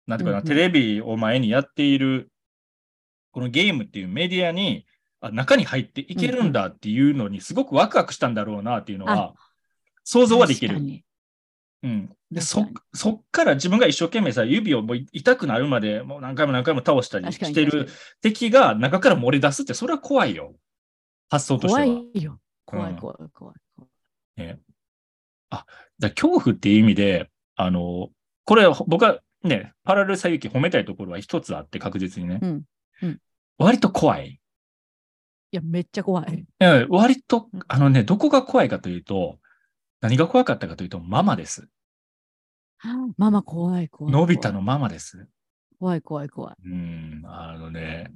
なんていうかな、
うんう
テ
ん
レビを前にやっている、このゲームっていうメディアに、あ中に入っていけるんだっていうのに、すごくワクワクしたんだろうなっていうのは、想像はできる
確か。に
うん、で
確
そ
かに
そっから自分が一生懸命さ指をもう痛くなるまでもう何回も何回も倒したり
確かに
して
確
る
か
敵が中から漏れ出すってそれは怖いよ発想
に
として
怖
は。
いよ。怖
う
い
ん
怖い怖い怖い。
だから恐怖っていう意味であのこれほ僕はねパラレル最適褒めたいところは一つあって確実にね、
うんうん
割と怖い。
いや、めっちゃ怖 い。
うん割と
うん
あのねどこが怖いかというと何が怖かったかというとママです。
ママ怖い怖い。
のび太のママです。
怖い怖い怖い。
うん、あのね、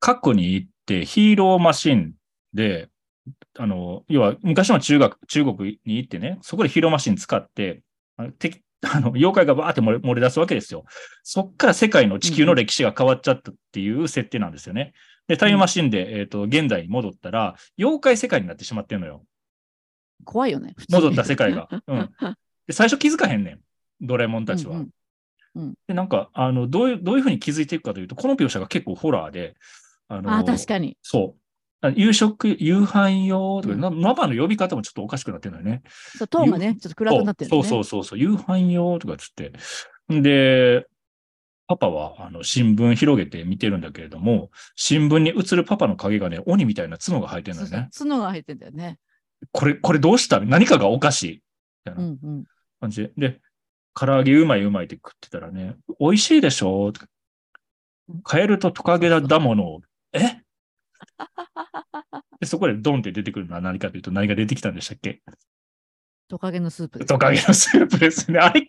過去に行ってヒーローマシンで、あの、要は昔の中学、中国に行ってね、そこでヒーローマシン使って、あの敵あの妖怪がバーって漏れ漏れ出すわけですよ。そっから世界の地球の歴史が変わっちゃったっていう設定なんですよね。で、タイムマシンで、えっ、と、現代に戻ったら、妖怪世界になってしまってるのよ。
怖いよね。普通に
戻った世界 が。うん。で、最初気づかへんねん。ドラえもんたちは。
うんうん
で、なんか、あの、どういう、どういうふうに気づいていくかというと、この描写が結構ホラーで、あの、
あ、確かに。
そう。あ夕食、夕飯用とか、
うん
なママの呼び方もちょっとおかしくなってるのよね。
そう、トーンがね、ちょっと暗くなってる、
そ
ね。
うそうそうそう、夕飯用とかっつって。で、パパはあの新聞広げて見てるんだけれども、新聞に映るパパの影がね、鬼みたいな角が生えてるのよ
そうそう
ね。
角が入ってんだよね。
これ、これどうした何かがおかしい。みたいな。
うんうん。
感じで。で、唐揚げうまいうまいって食ってたらね、美味しいでしょとかカエルとトカゲだだものを、えでそこでドンって出てくるのは何かというと何が出てきたんでしたっけ
トカゲのスープです。
トカゲのスープですね。あれ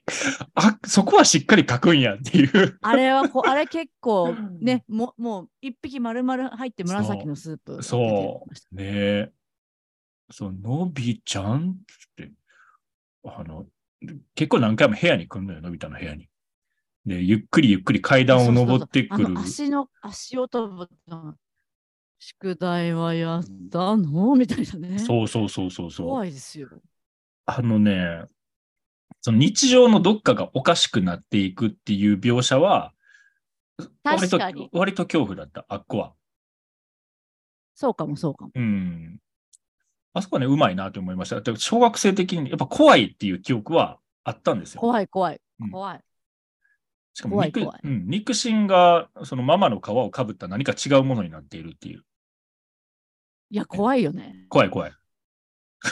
あ、そこはしっかり書くんやっていう。
あれはこ、あれ結構、ね、ももう一匹丸々入って紫のスープが出てまし
ね
た。
え。そう、のびちゃんって、あの、結構何回も部屋に来るのよ、のび太の部屋に。で、ゆっくりゆっくり階段を登ってくる。
あの足の、足音の宿題はやったのみたいなね。
そうそうそうそうそう。
怖いですよ。
あのね、その日常のどっかがおかしくなっていくっていう描写は、割と
確かに。
割と恐怖だった、あっこは。
そうかもそうかも。
うん。あそこはね、うまいなと思いました。だって小学生的に、やっぱ怖いっていう記憶はあったんですよ。
怖い怖い
うん。
怖い。
しかも
怖い
肉
怖い
うん、肉親がそのママの皮をかぶった何か違うものになっているっていう。
いや、怖いよね。
怖い怖い。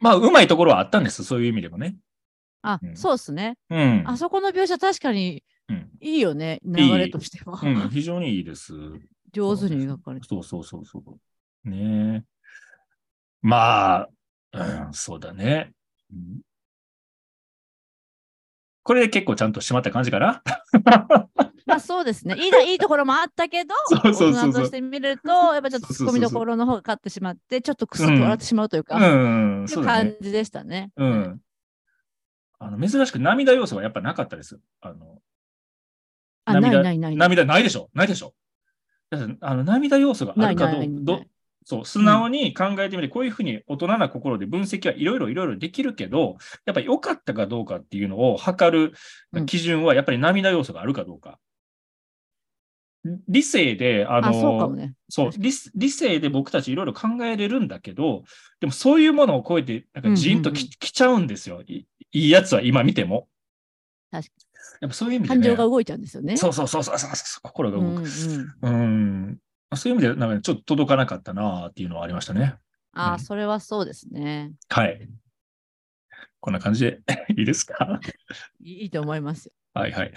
まあ、うまいところはあったんです、そういう意味でもね。
あ
う、ん
そうですね。
うん。
あそこの描写確かに
うん
いいよね。流
いい
れとしては。
うん、非常にいいです。
上手に描かれて。
そうそうそうそう。ねえ。まあ、うん、そうだね。うんこれで結構ちゃんと締まった感じかな、
まあそうですね。いいないいところもあったけど
そうそうそうそう
大人として見ると、やっぱちょっとツッコミどころの方が勝ってしまって、ちょっとくすっと笑ってしまうというか、っ
うん、
て
そ
いうう
だ
感
ね。
じでしたね。
う
はい
ん。あの珍しく涙要素がやっぱなかったです。あの
あ、ないないないない。
涙ないでしょないでしょだからあの涙要素があ
な
る
い
か
な
ど
いな
う
い
ど
ない。
そう、素直に考えてみて、こういうふうに大人な心で分析はいろいろいろいろできるけど、やっぱり良かったかどうかっていうのを測
う
る
ん
基準は、やっぱり涙要素があるかどうか。理性で、あの、
あ、そうかもね。
そう
確
理理性で僕たちいろいろ考えれるんだけど、でもそういうものを超えて、なんかじんとき,、
うんうん
ちゃうんですよ。いいいやつは今見ても。
確か
やっぱそういう意味で、
感
ね。
情が動いちゃうんですよね。
そうそうそうそうそうそう、心が
う
動く。
んうん。
うんそういう意味で、なんかねちょっと届かなかったなっていうのはありましたね。う
あ
ん、
それはそうですね。
はい。こんな感じで いいですか
いいいと思いますよ。
はいはい。